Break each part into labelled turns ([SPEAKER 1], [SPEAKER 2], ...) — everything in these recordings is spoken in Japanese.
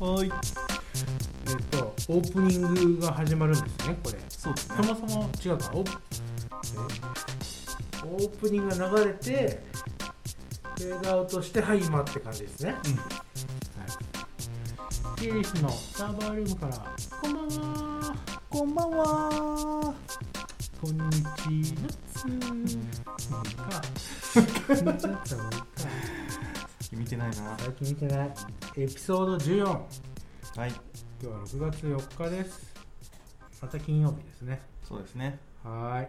[SPEAKER 1] はい
[SPEAKER 2] えっと、オープニングが始まるんですね、これ。
[SPEAKER 1] そうですね
[SPEAKER 2] そもそも違うか、オープえオープニングが流れて、フェードアウトして、はい、今って感じですね。
[SPEAKER 1] うん
[SPEAKER 2] はい。イリスのサーバールームから、こんばんは。
[SPEAKER 1] こんばんは
[SPEAKER 2] こんにちは。 もういいか。見ちゃったもういいか。
[SPEAKER 1] 見てないな
[SPEAKER 2] 最近見てない。エピソード14。今
[SPEAKER 1] はい
[SPEAKER 2] 日は6月4日です。また金曜日ですね。
[SPEAKER 1] そうですね
[SPEAKER 2] はーい。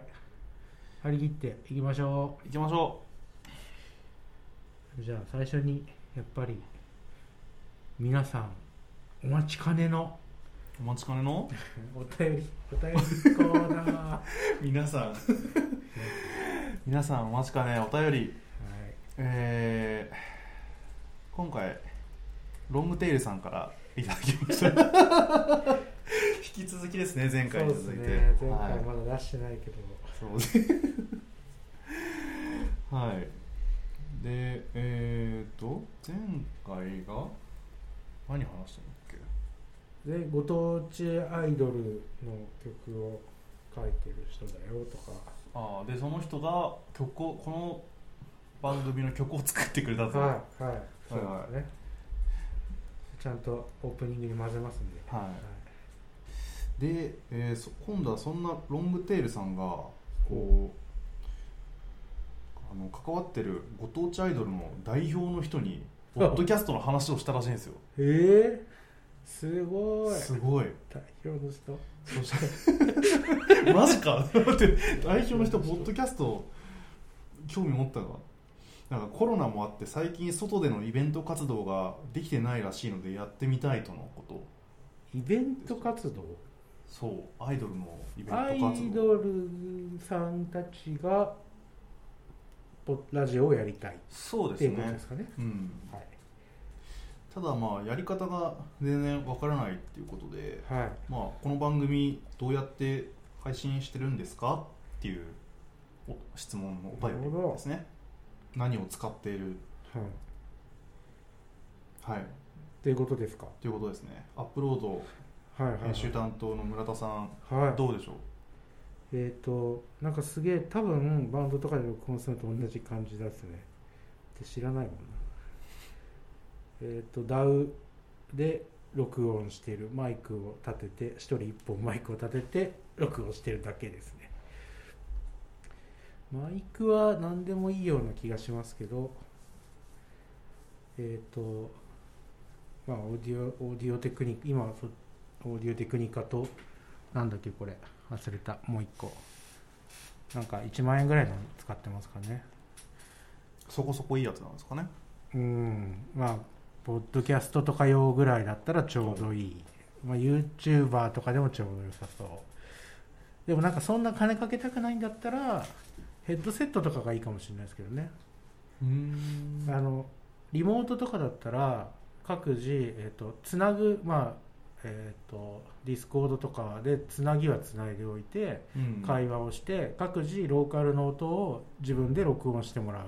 [SPEAKER 2] 張り切っていきましょ
[SPEAKER 1] 行きましょ
[SPEAKER 2] う。じゃあ最初に、やっぱり、皆さん、お待ちかねの
[SPEAKER 1] うお待ちかねの
[SPEAKER 2] お便り、お便りコーナー。は
[SPEAKER 1] 皆さん 皆さんお待ちかねお便り
[SPEAKER 2] い。
[SPEAKER 1] えー、今回ロングテイルさんからいただきました 引き続きですね前回に
[SPEAKER 2] そう
[SPEAKER 1] 続い
[SPEAKER 2] で
[SPEAKER 1] て
[SPEAKER 2] すね。前
[SPEAKER 1] は
[SPEAKER 2] 回
[SPEAKER 1] い
[SPEAKER 2] まだ出してないけど。
[SPEAKER 1] そうですねはいでえー、と前回が何話したんだっけ
[SPEAKER 2] で、ご当地アイドルの曲を書いてる人だよとか。
[SPEAKER 1] ああでその人が曲をこの番組の曲を作ってくれたと、
[SPEAKER 2] はい、はい。そ
[SPEAKER 1] は
[SPEAKER 2] う
[SPEAKER 1] いはい
[SPEAKER 2] ですね。ちゃんとオープニングに混ぜますんで。
[SPEAKER 1] はい
[SPEAKER 2] はい
[SPEAKER 1] で、えーそ今度はそんなロングテールさんがこうあの関わってるご当地アイドルの代表の人 にポッドキャストの話をしたらしいんですよ
[SPEAKER 2] えー、すごい
[SPEAKER 1] すごい
[SPEAKER 2] 代表の人
[SPEAKER 1] そしたら マジかだって代表の人ポッドキャスト興味持ったのはなんかコロナもあって最近外でのイベント活動ができてないらしいのでやってみたいとのこと
[SPEAKER 2] イベント活動
[SPEAKER 1] そうアイドルのイベ
[SPEAKER 2] ア
[SPEAKER 1] ント活
[SPEAKER 2] イ
[SPEAKER 1] 動
[SPEAKER 2] ドルさんたちがポラジオをやりたいっ
[SPEAKER 1] そうで
[SPEAKER 2] てい
[SPEAKER 1] す
[SPEAKER 2] うこと
[SPEAKER 1] ね
[SPEAKER 2] ですかね
[SPEAKER 1] うん
[SPEAKER 2] はい
[SPEAKER 1] ただまあやり方が全然わからないっていうことで、
[SPEAKER 2] はい
[SPEAKER 1] まあ、この番組どうやって配信してるんですかっていうお質問のお便
[SPEAKER 2] なるほ
[SPEAKER 1] り
[SPEAKER 2] ど
[SPEAKER 1] ですね何を使っている
[SPEAKER 2] はい
[SPEAKER 1] はい
[SPEAKER 2] ということですか
[SPEAKER 1] ということですねアップロード
[SPEAKER 2] はいはい
[SPEAKER 1] 編集担当の村田さん、
[SPEAKER 2] はい
[SPEAKER 1] どうでしょう
[SPEAKER 2] えっ、となんかすげえ多分バンドとかで録音するのと同じ感じですねで知らないもんなえっ、と DAW で録音しているマイクを立てて一人一本マイクを立てて録音してるだけですねマイクは何でもいいような気がしますけどえっ、とまあオーディオオーディオテクニック今はそオーディオテクニカとなんだっけこれ忘れたもう一個なんか1万円ぐらいの使ってますかね
[SPEAKER 1] そこそこいいやつなんですかね
[SPEAKER 2] うんまあポッドキャストとか用ぐらいだったらちょうどいい、まあ、YouTuber とかでもちょうど良さそうでもなんかそんな金かけたくないんだったらヘッドセットとかがいいかもしれないですけどね
[SPEAKER 1] うん
[SPEAKER 2] あのリモートとかだったら各自、えー、とつなぐまあえっ、とディスコードとかでつなぎはつないでおいて、会話をして各自ローカルの音を自分で録音してもらう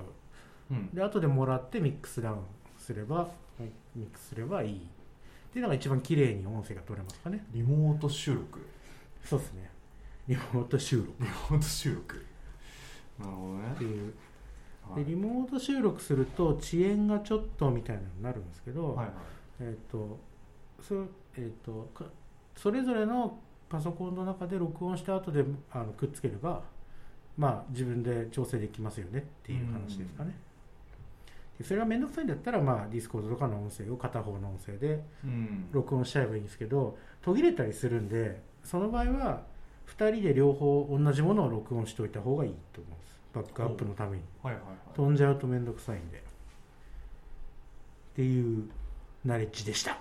[SPEAKER 1] うん
[SPEAKER 2] で後でもらってミックスダウンすれば、ミックスすればいいっていうのが一番綺麗に音声が取れますかね
[SPEAKER 1] リモート収録
[SPEAKER 2] そうですねリモート収録
[SPEAKER 1] リモート収録なるほどね
[SPEAKER 2] っていう
[SPEAKER 1] はい
[SPEAKER 2] でリモート収録すると遅延がちょっとみたいなのになるんですけど、
[SPEAKER 1] はいはい
[SPEAKER 2] えっ、とそれ,、えっとかそれぞれのパソコンの中で録音した後であのくっつければ、まあ、自分で調整できますよねっていう話ですかね。でそれが面倒くさいんだったら、まあ、ディスコードとかの音声を片方の音声で
[SPEAKER 1] うん
[SPEAKER 2] 録音しちゃえばいいんですけど途切れたりするんでその場合は2人で両方同じものを録音しておいた方がいいと思うんですバックアップのために
[SPEAKER 1] はいはいはい
[SPEAKER 2] 飛んじゃうと面倒くさいんでっていうナレッジでした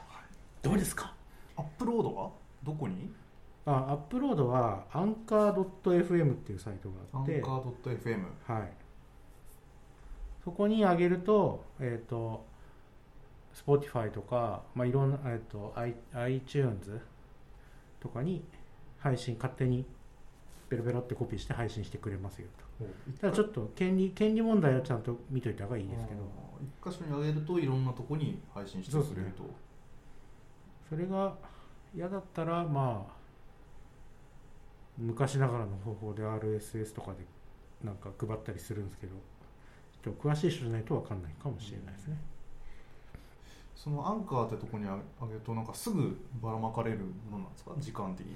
[SPEAKER 2] どうですか
[SPEAKER 1] アップロードはどこに
[SPEAKER 2] あアップロードはアンカー .fm っていうサイト
[SPEAKER 1] アン
[SPEAKER 2] があっ
[SPEAKER 1] カ
[SPEAKER 2] て
[SPEAKER 1] ー .fm
[SPEAKER 2] はい、そこに上げると,、えー、と Spotify とか、まあ、いろんな、えー、と i- iTunes とかに配信勝手にベロベロってコピーして配信してくれますよとただちょっと権利権利問題はちゃんと見といた方がいいですけど
[SPEAKER 1] あー一箇所に上げるといろんなとこに配信してくれると
[SPEAKER 2] それが嫌だったらまあ昔ながらの方法で RSS とかでなんか配ったりするんですけどちょっと詳しい人じゃないと分かんないかもしれないですね、
[SPEAKER 1] そのアンカーってとこにあげあげるとなんかすぐばらまかれるものなんですか時間的に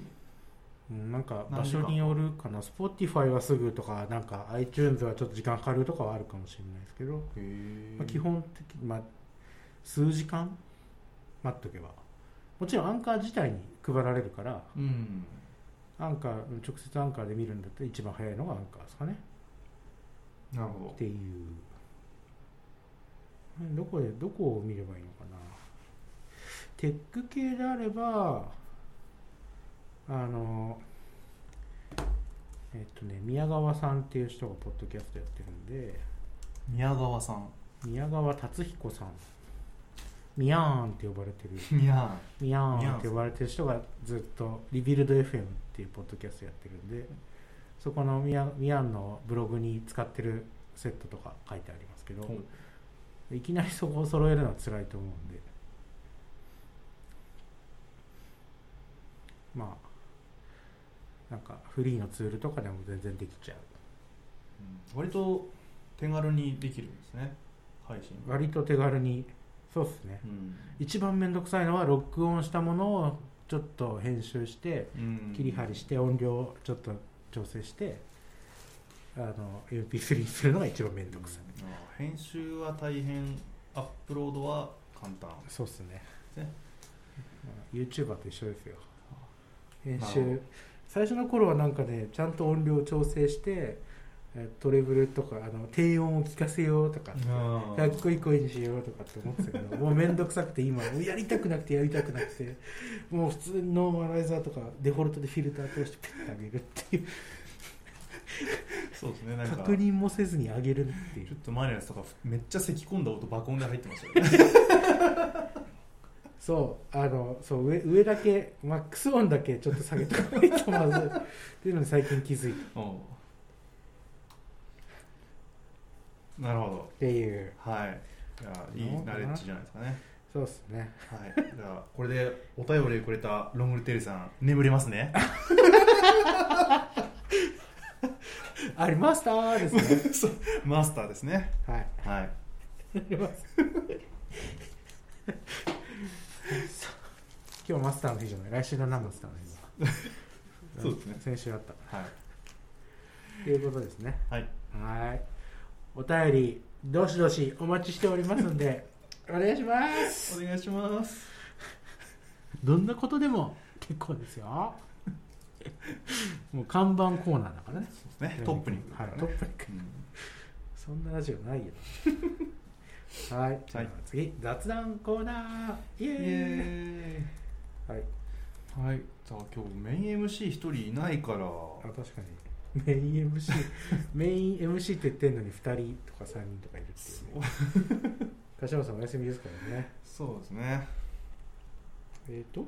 [SPEAKER 2] うん、なんか
[SPEAKER 1] 何
[SPEAKER 2] 場
[SPEAKER 1] 時間
[SPEAKER 2] 所によるかな Spotify はすぐとかなんか iTunes はちょっと時間かかるとかはあるかもしれないですけど、
[SPEAKER 1] へえ、
[SPEAKER 2] まあ、基本的に、まあ、数時間待っとけばもちろんアンカー自体に配られるから
[SPEAKER 1] うん
[SPEAKER 2] アンカー直接アンカーで見るんだったら一番早いのがアンカーですかね
[SPEAKER 1] なるほ
[SPEAKER 2] っ
[SPEAKER 1] ど
[SPEAKER 2] ていううんどこでどこを見ればいいのかなテック系であればあのえっとね宮川さんっていう人がポッドキャストやってるんで
[SPEAKER 1] 宮川さん
[SPEAKER 2] 宮川達彦さんミヤーンって呼ばれてる
[SPEAKER 1] 宮ミ
[SPEAKER 2] ミヤ
[SPEAKER 1] ヤ
[SPEAKER 2] ー
[SPEAKER 1] ー
[SPEAKER 2] ン
[SPEAKER 1] ン
[SPEAKER 2] って呼ばれてる人がずっとリビルド FM っていうポッドキャストやってるんでそこのミヤミヤーンのブログに使ってるセットとか書いてありますけど、いきなりそこを揃えるのは辛いと思うんでまあなんかフリーのツールとかでも全然できちゃう
[SPEAKER 1] うん割と手軽にできるんですね配信が、
[SPEAKER 2] 割と手軽にそうっすね
[SPEAKER 1] うん
[SPEAKER 2] 一番面倒くさいのは録音したものをちょっと編集して
[SPEAKER 1] うん
[SPEAKER 2] 切り張りして音量をちょっと調整してあの MP3 にするのが一番面倒くさい、
[SPEAKER 1] うんあー編集は大変アップロードは簡単
[SPEAKER 2] そうっすね
[SPEAKER 1] ね
[SPEAKER 2] まあ YouTuber と一緒ですよ編
[SPEAKER 1] なるほ
[SPEAKER 2] 集
[SPEAKER 1] ど
[SPEAKER 2] 最初の頃はなんかねちゃんと音量調整してえトレブルとかあの低音を聞かせようとか
[SPEAKER 1] あ
[SPEAKER 2] かっこいい声にしようとかって思ってた けどもう面倒くさくて今もうやりたくなくてやりたくなくてもう普通にノーマライザーとかデフォルトでフィルター通してピッて上げるっていう
[SPEAKER 1] そうですねなんか
[SPEAKER 2] 確認もせずに上げるってい
[SPEAKER 1] ちょ
[SPEAKER 2] う
[SPEAKER 1] っと前のやつとかめっちゃ咳き込んだ音爆音で入ってましたよね
[SPEAKER 2] そうあのそう上上だけマックス音だけちょっと下げた方がいいとまずいっていうのに最近気づいたっ
[SPEAKER 1] うんなるほど
[SPEAKER 2] ていう
[SPEAKER 1] はいじゃあいいナレッジじゃないですかね
[SPEAKER 2] そうっすね
[SPEAKER 1] はいじゃあこれでお便りくれたロングルテールさん眠れます ね
[SPEAKER 2] ありましたーですね
[SPEAKER 1] そうマスターですね
[SPEAKER 2] はい
[SPEAKER 1] はい
[SPEAKER 2] あります今日マスターの日じゃない来週の何マスターの日だ
[SPEAKER 1] そうですね
[SPEAKER 2] 先週あった
[SPEAKER 1] はい
[SPEAKER 2] ということですね
[SPEAKER 1] はい
[SPEAKER 2] はいお便りどしどしお待ちしておりますんでお願いします
[SPEAKER 1] お願いします
[SPEAKER 2] どんなことでも結構です よもう看板コーナーだからね
[SPEAKER 1] そうですねトップに来るからね
[SPEAKER 2] はい、トップに
[SPEAKER 1] うん
[SPEAKER 2] そんなラジオ ないよはいじゃあ次雑談コーナーイ
[SPEAKER 1] イ
[SPEAKER 2] エ
[SPEAKER 1] エ
[SPEAKER 2] ーイ
[SPEAKER 1] ーイ
[SPEAKER 2] はい
[SPEAKER 1] はい、さあ今日メイン MC 一人いないから
[SPEAKER 2] あ確かにメイン MC メイン MC って言ってんのに2人とか3人とかいるっていうね柏本さんお休みですからね
[SPEAKER 1] そうですね
[SPEAKER 2] えっ、ー、と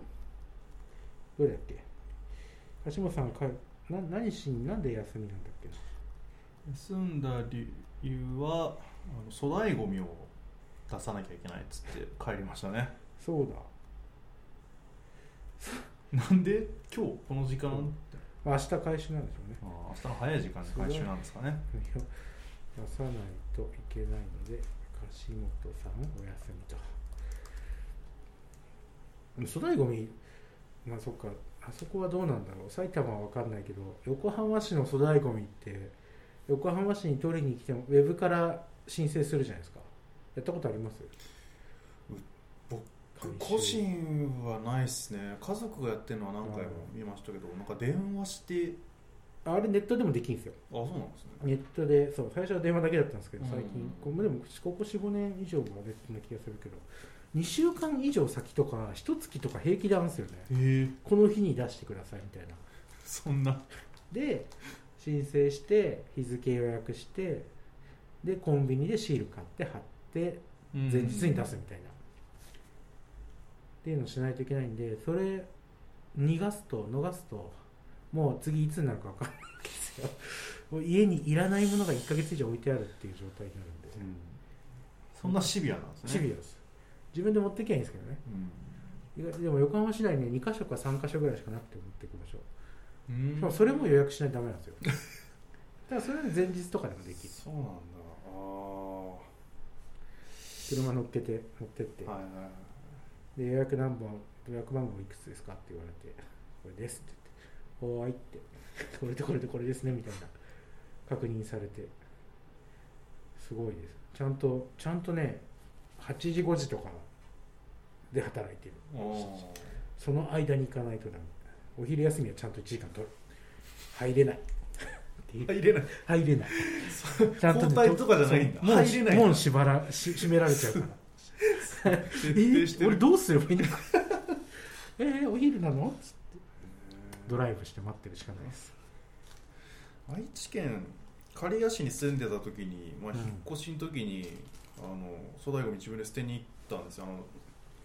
[SPEAKER 2] どれだっけ柏本さんかな何しになんで休みなんだっけな
[SPEAKER 1] 休んだ理由はあの粗大ごみを出さなきゃいけないっつって帰りましたね
[SPEAKER 2] そうだ
[SPEAKER 1] なんで今日この時間って
[SPEAKER 2] まあ明日回収なんでしょうね
[SPEAKER 1] あー明日の早い時間で回収なんですかね
[SPEAKER 2] 出さないといけないので樫本さんお休みとでも粗大ごみまあそっかあそこはどうなんだろう埼玉は分かんないけど横浜市の粗大ごみって横浜市に取りに来てもウェブから申請するじゃないですかやったことあります
[SPEAKER 1] 個
[SPEAKER 2] 回収
[SPEAKER 1] 人はないっすね家族がやってるのは何回も
[SPEAKER 2] う
[SPEAKER 1] 見ましたけどなんか電話して
[SPEAKER 2] ああれネットでもできんすよ
[SPEAKER 1] あそうなんですね
[SPEAKER 2] ネットでそう最初は電話だけだったんですけど
[SPEAKER 1] うん
[SPEAKER 2] 最近、こうでもここ45年以上はネットな気がするけど2週間以上先とか一月とか平気であるんですよね
[SPEAKER 1] へえ
[SPEAKER 2] この日に出してくださいみたいな
[SPEAKER 1] そんな
[SPEAKER 2] で申請して日付予約してでコンビニでシール買って貼って前日に出すみたいな、っていうのをしないといけないんでそれ逃がすと逃すともう次いつになるか分かんないんですよもう家にいらないものが1ヶ月以上置いてあるっていう状態になるんで、
[SPEAKER 1] うんそんなシビアなんですね
[SPEAKER 2] シビアです自分で持ってきゃいいんですけどね
[SPEAKER 1] うん
[SPEAKER 2] 意外でも横浜市内ね2か所か3か所ぐらいしかなくて持っていく場所
[SPEAKER 1] う
[SPEAKER 2] し
[SPEAKER 1] ん
[SPEAKER 2] かもそれも予約しないとダメなんですよ だからそれは前日とかでもできる
[SPEAKER 1] そうなんだああ
[SPEAKER 2] 車乗っけて持ってって、
[SPEAKER 1] はいはいはい
[SPEAKER 2] で予約何本予約番号いくつですかって言われてこれですって言っておーいってこれとこれとこれですねみたいな確認されてすごいですちゃんとちゃんとね8時5時とかで働いてる
[SPEAKER 1] お
[SPEAKER 2] その間に行かないとダメお昼休みはちゃんと1時間取る入れないっていう
[SPEAKER 1] 入 れない
[SPEAKER 2] 入れないちゃんとね
[SPEAKER 1] 交代とかじゃないんだ
[SPEAKER 2] そうもう
[SPEAKER 1] 入れないんだ
[SPEAKER 2] もう縛らし閉められちゃうから
[SPEAKER 1] 設定し
[SPEAKER 2] え
[SPEAKER 1] て
[SPEAKER 2] 俺
[SPEAKER 1] る
[SPEAKER 2] どうすればいいの かえー、お昼なのつってドライブして待ってるしかないです
[SPEAKER 1] 愛知県刈谷市に住んでた時に、まあ、
[SPEAKER 2] うん
[SPEAKER 1] 引っ越しの時に、あの粗大ゴミ自分で捨てに行ったんですよあの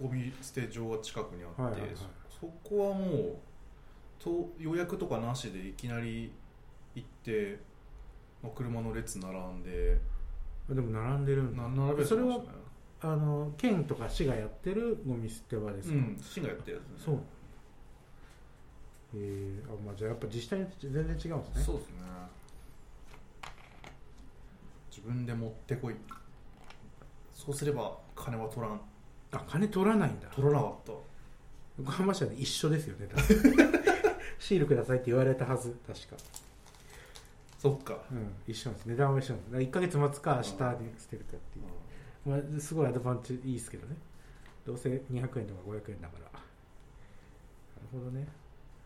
[SPEAKER 1] ゴミ捨て場が近くにあって、
[SPEAKER 2] はいはいはい
[SPEAKER 1] そそこはもうと予約とかなしでいきなり行って、まあ、車の列並んで
[SPEAKER 2] でも並んでるんだ
[SPEAKER 1] な並べてました
[SPEAKER 2] それ
[SPEAKER 1] ね
[SPEAKER 2] はあの県とか市がやってるゴミ捨て場です
[SPEAKER 1] う
[SPEAKER 2] か、
[SPEAKER 1] ん市がやってるやつね
[SPEAKER 2] そうえー、あまあじゃあやっぱ自治体によって全然違うんですね
[SPEAKER 1] そうですね自分で持ってこいそうすれば金は取らん
[SPEAKER 2] あ金取らないんだ
[SPEAKER 1] 取らなかった
[SPEAKER 2] 横浜市は一緒ですよね 多分シールくださいって言われたはず確か
[SPEAKER 1] そっか、
[SPEAKER 2] うん一緒なんです値段は一緒なんですだから1ヶ月待つか明日に捨てるかっていうまあ、すごいアドバンテージいいですけどねどうせ200円とか500円だからなるほどね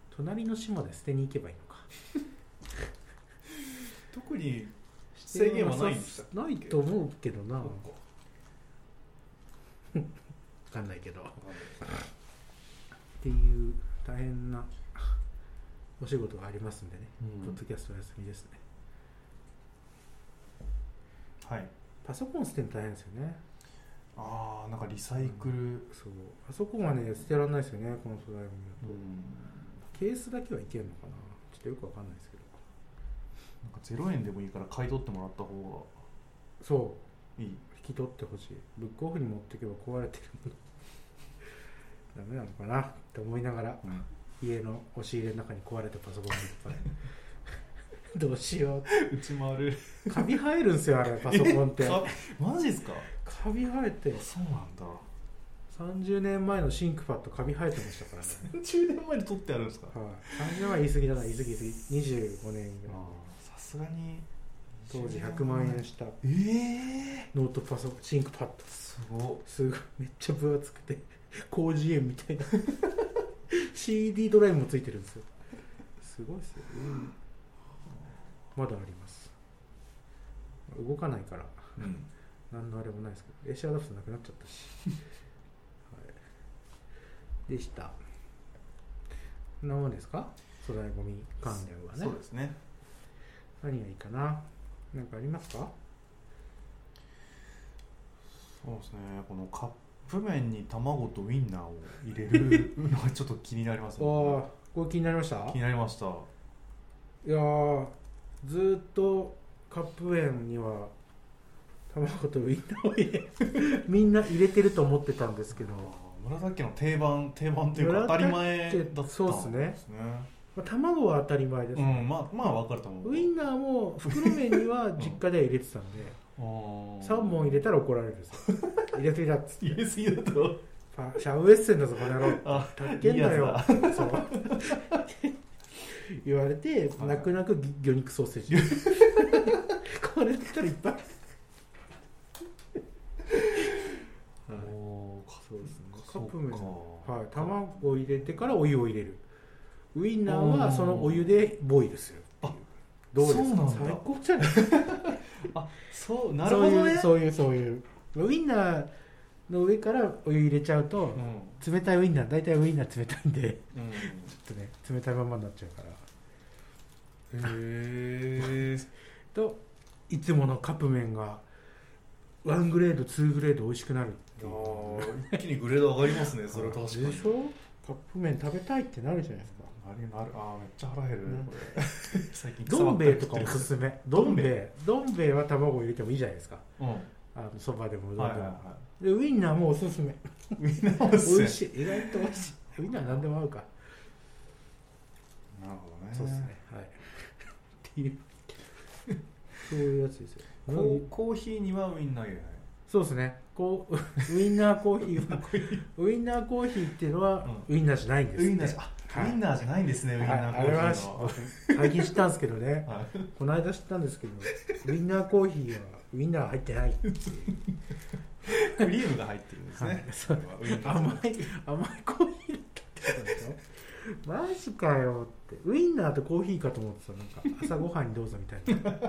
[SPEAKER 2] 隣の市まで捨てに行けばいいのか
[SPEAKER 1] 特に制限はないんでしたっけ
[SPEAKER 2] ないと思うけどな
[SPEAKER 1] そ
[SPEAKER 2] わ
[SPEAKER 1] っ
[SPEAKER 2] かんないけどっ
[SPEAKER 1] か
[SPEAKER 2] ていう大変なお仕事がありますんでね、
[SPEAKER 1] うん
[SPEAKER 2] ポッドキャストお休みですね
[SPEAKER 1] はい
[SPEAKER 2] パソコン捨てるの大変ですよね
[SPEAKER 1] ああなんかリサイクル、
[SPEAKER 2] そうパソコンはね捨てられないですよねこの粗大ゴミだと、ケースだけはいけるのかなちょっとよくわかんないですけど
[SPEAKER 1] なんか0円でもいいから買い取ってもらった方
[SPEAKER 2] そう
[SPEAKER 1] がいい
[SPEAKER 2] 引き取ってほしいブックオフに持ってけば壊れてるもの ダメなのかなって思いながら 家の押し入れの中に壊れたパソコンがいっぱいどうしよ
[SPEAKER 1] うち回る
[SPEAKER 2] うカビ生えるんですよあれパソコンって
[SPEAKER 1] かマジですか
[SPEAKER 2] カビ生えて
[SPEAKER 1] そうなんだ
[SPEAKER 2] 30年前のシンクパッドカビ生えてましたからね、
[SPEAKER 1] 10年前に取ってあるんですか
[SPEAKER 2] はい、30年前言い過ぎだな言い過ぎ言い過ぎ25年ぐらい
[SPEAKER 1] さすがに
[SPEAKER 2] 当時100万円した
[SPEAKER 1] ええ
[SPEAKER 2] ノートパソコンシンクパッド
[SPEAKER 1] ー、すご
[SPEAKER 2] すごいめっちゃ分厚くて 広辞苑みたいな CD ドライブもついてるんですよすごいですよ、まだあります動かないから
[SPEAKER 1] うん
[SPEAKER 2] 何のあれもないですけどエシアダプトなくなっちゃったし、 はい、でしたそんなもんですか粗大ゴミ関連は
[SPEAKER 1] そう
[SPEAKER 2] ね
[SPEAKER 1] ですね
[SPEAKER 2] 何がいいかな何かありますか
[SPEAKER 1] そうですねこのカップ麺に卵とウインナーを入れるのがちょっと気になります
[SPEAKER 2] ああ
[SPEAKER 1] ね
[SPEAKER 2] これ気になりました
[SPEAKER 1] 気になりました
[SPEAKER 2] いやーずーっとカップ麺には卵とウインナーを入れ みんな入れてると思ってたんですけど、ま
[SPEAKER 1] 紫の定番定番というか当たり前だったん
[SPEAKER 2] そうっすね
[SPEAKER 1] ですね
[SPEAKER 2] あ、卵は当たり前です、
[SPEAKER 1] うんまあまあ分かると思う
[SPEAKER 2] ウインナーも袋麺には実家では入れてたんで、
[SPEAKER 1] 3
[SPEAKER 2] 3本入れたら怒られるんですよ入れすぎだっつって
[SPEAKER 1] 入れすぎだと
[SPEAKER 2] パシャウエッセンだぞこの野郎
[SPEAKER 1] あ
[SPEAKER 2] たっけんだ
[SPEAKER 1] いい
[SPEAKER 2] よ
[SPEAKER 1] や
[SPEAKER 2] そう言われて
[SPEAKER 1] はい
[SPEAKER 2] 泣く泣く魚肉ソーセージ これだったらいっぱい
[SPEAKER 1] おー
[SPEAKER 2] そうですね
[SPEAKER 1] そっ
[SPEAKER 2] カップ麺
[SPEAKER 1] か
[SPEAKER 2] はい、卵を入れてからお湯を入れるウインナーはそのお湯でボイルするっていう
[SPEAKER 1] あ
[SPEAKER 2] どうです
[SPEAKER 1] そうなん
[SPEAKER 2] か
[SPEAKER 1] だ
[SPEAKER 2] 最高じゃない
[SPEAKER 1] あそうなるほどね
[SPEAKER 2] そういうそういうそういうウインナーの上からお湯入れちゃうと、冷たいウインナー大体ウインナー冷たいんで
[SPEAKER 1] うんうん
[SPEAKER 2] ちょっとね冷たいままになっちゃうから
[SPEAKER 1] へえ
[SPEAKER 2] といつものカップ麺が1グレード2グレード美味しくなるっていう
[SPEAKER 1] 一気にグレード上がりますねそれは確かに
[SPEAKER 2] でしょカップ麺食べたいってなるじゃないですか
[SPEAKER 1] あれなるあーめっちゃ腹減るね
[SPEAKER 2] ね
[SPEAKER 1] これ最近
[SPEAKER 2] どん兵衛とかおすすめど
[SPEAKER 1] ど
[SPEAKER 2] ん
[SPEAKER 1] ん
[SPEAKER 2] 兵
[SPEAKER 1] 兵
[SPEAKER 2] 衛どん兵衛は卵入れてもいいじゃないですか
[SPEAKER 1] うん
[SPEAKER 2] あのそばでもうどんで
[SPEAKER 1] はい
[SPEAKER 2] も、
[SPEAKER 1] はいは
[SPEAKER 2] でウインナーもおすす め
[SPEAKER 1] いみんなおすす
[SPEAKER 2] 美
[SPEAKER 1] め
[SPEAKER 2] 味しい意外と美味しいウインナー何でも合うか
[SPEAKER 1] なるほどね
[SPEAKER 2] そうですねはいっていうそういうやつですよ
[SPEAKER 1] コーコーヒーにはウインナー入れない
[SPEAKER 2] そうですねこ うウインナーコーヒーはウインナーコーヒーっていうのは、ウインナーじゃないんですって
[SPEAKER 1] ウインナーじゃあ、
[SPEAKER 2] はい
[SPEAKER 1] ウインナーじゃないんですねウインナーコーヒー
[SPEAKER 2] はいあれは
[SPEAKER 1] は
[SPEAKER 2] し最近知ったんですけどね
[SPEAKER 1] はい
[SPEAKER 2] この間知ったんですけどウインナーコーヒーはウインナー入ってないっていう
[SPEAKER 1] クリームが入ってるんです
[SPEAKER 2] はい
[SPEAKER 1] ね。
[SPEAKER 2] そう
[SPEAKER 1] これはウインナー
[SPEAKER 2] 甘い甘いコーヒーだったってことでしょマジかよってウインナーとコーヒーかと思ってたなんか朝ごはんにどうぞみたいな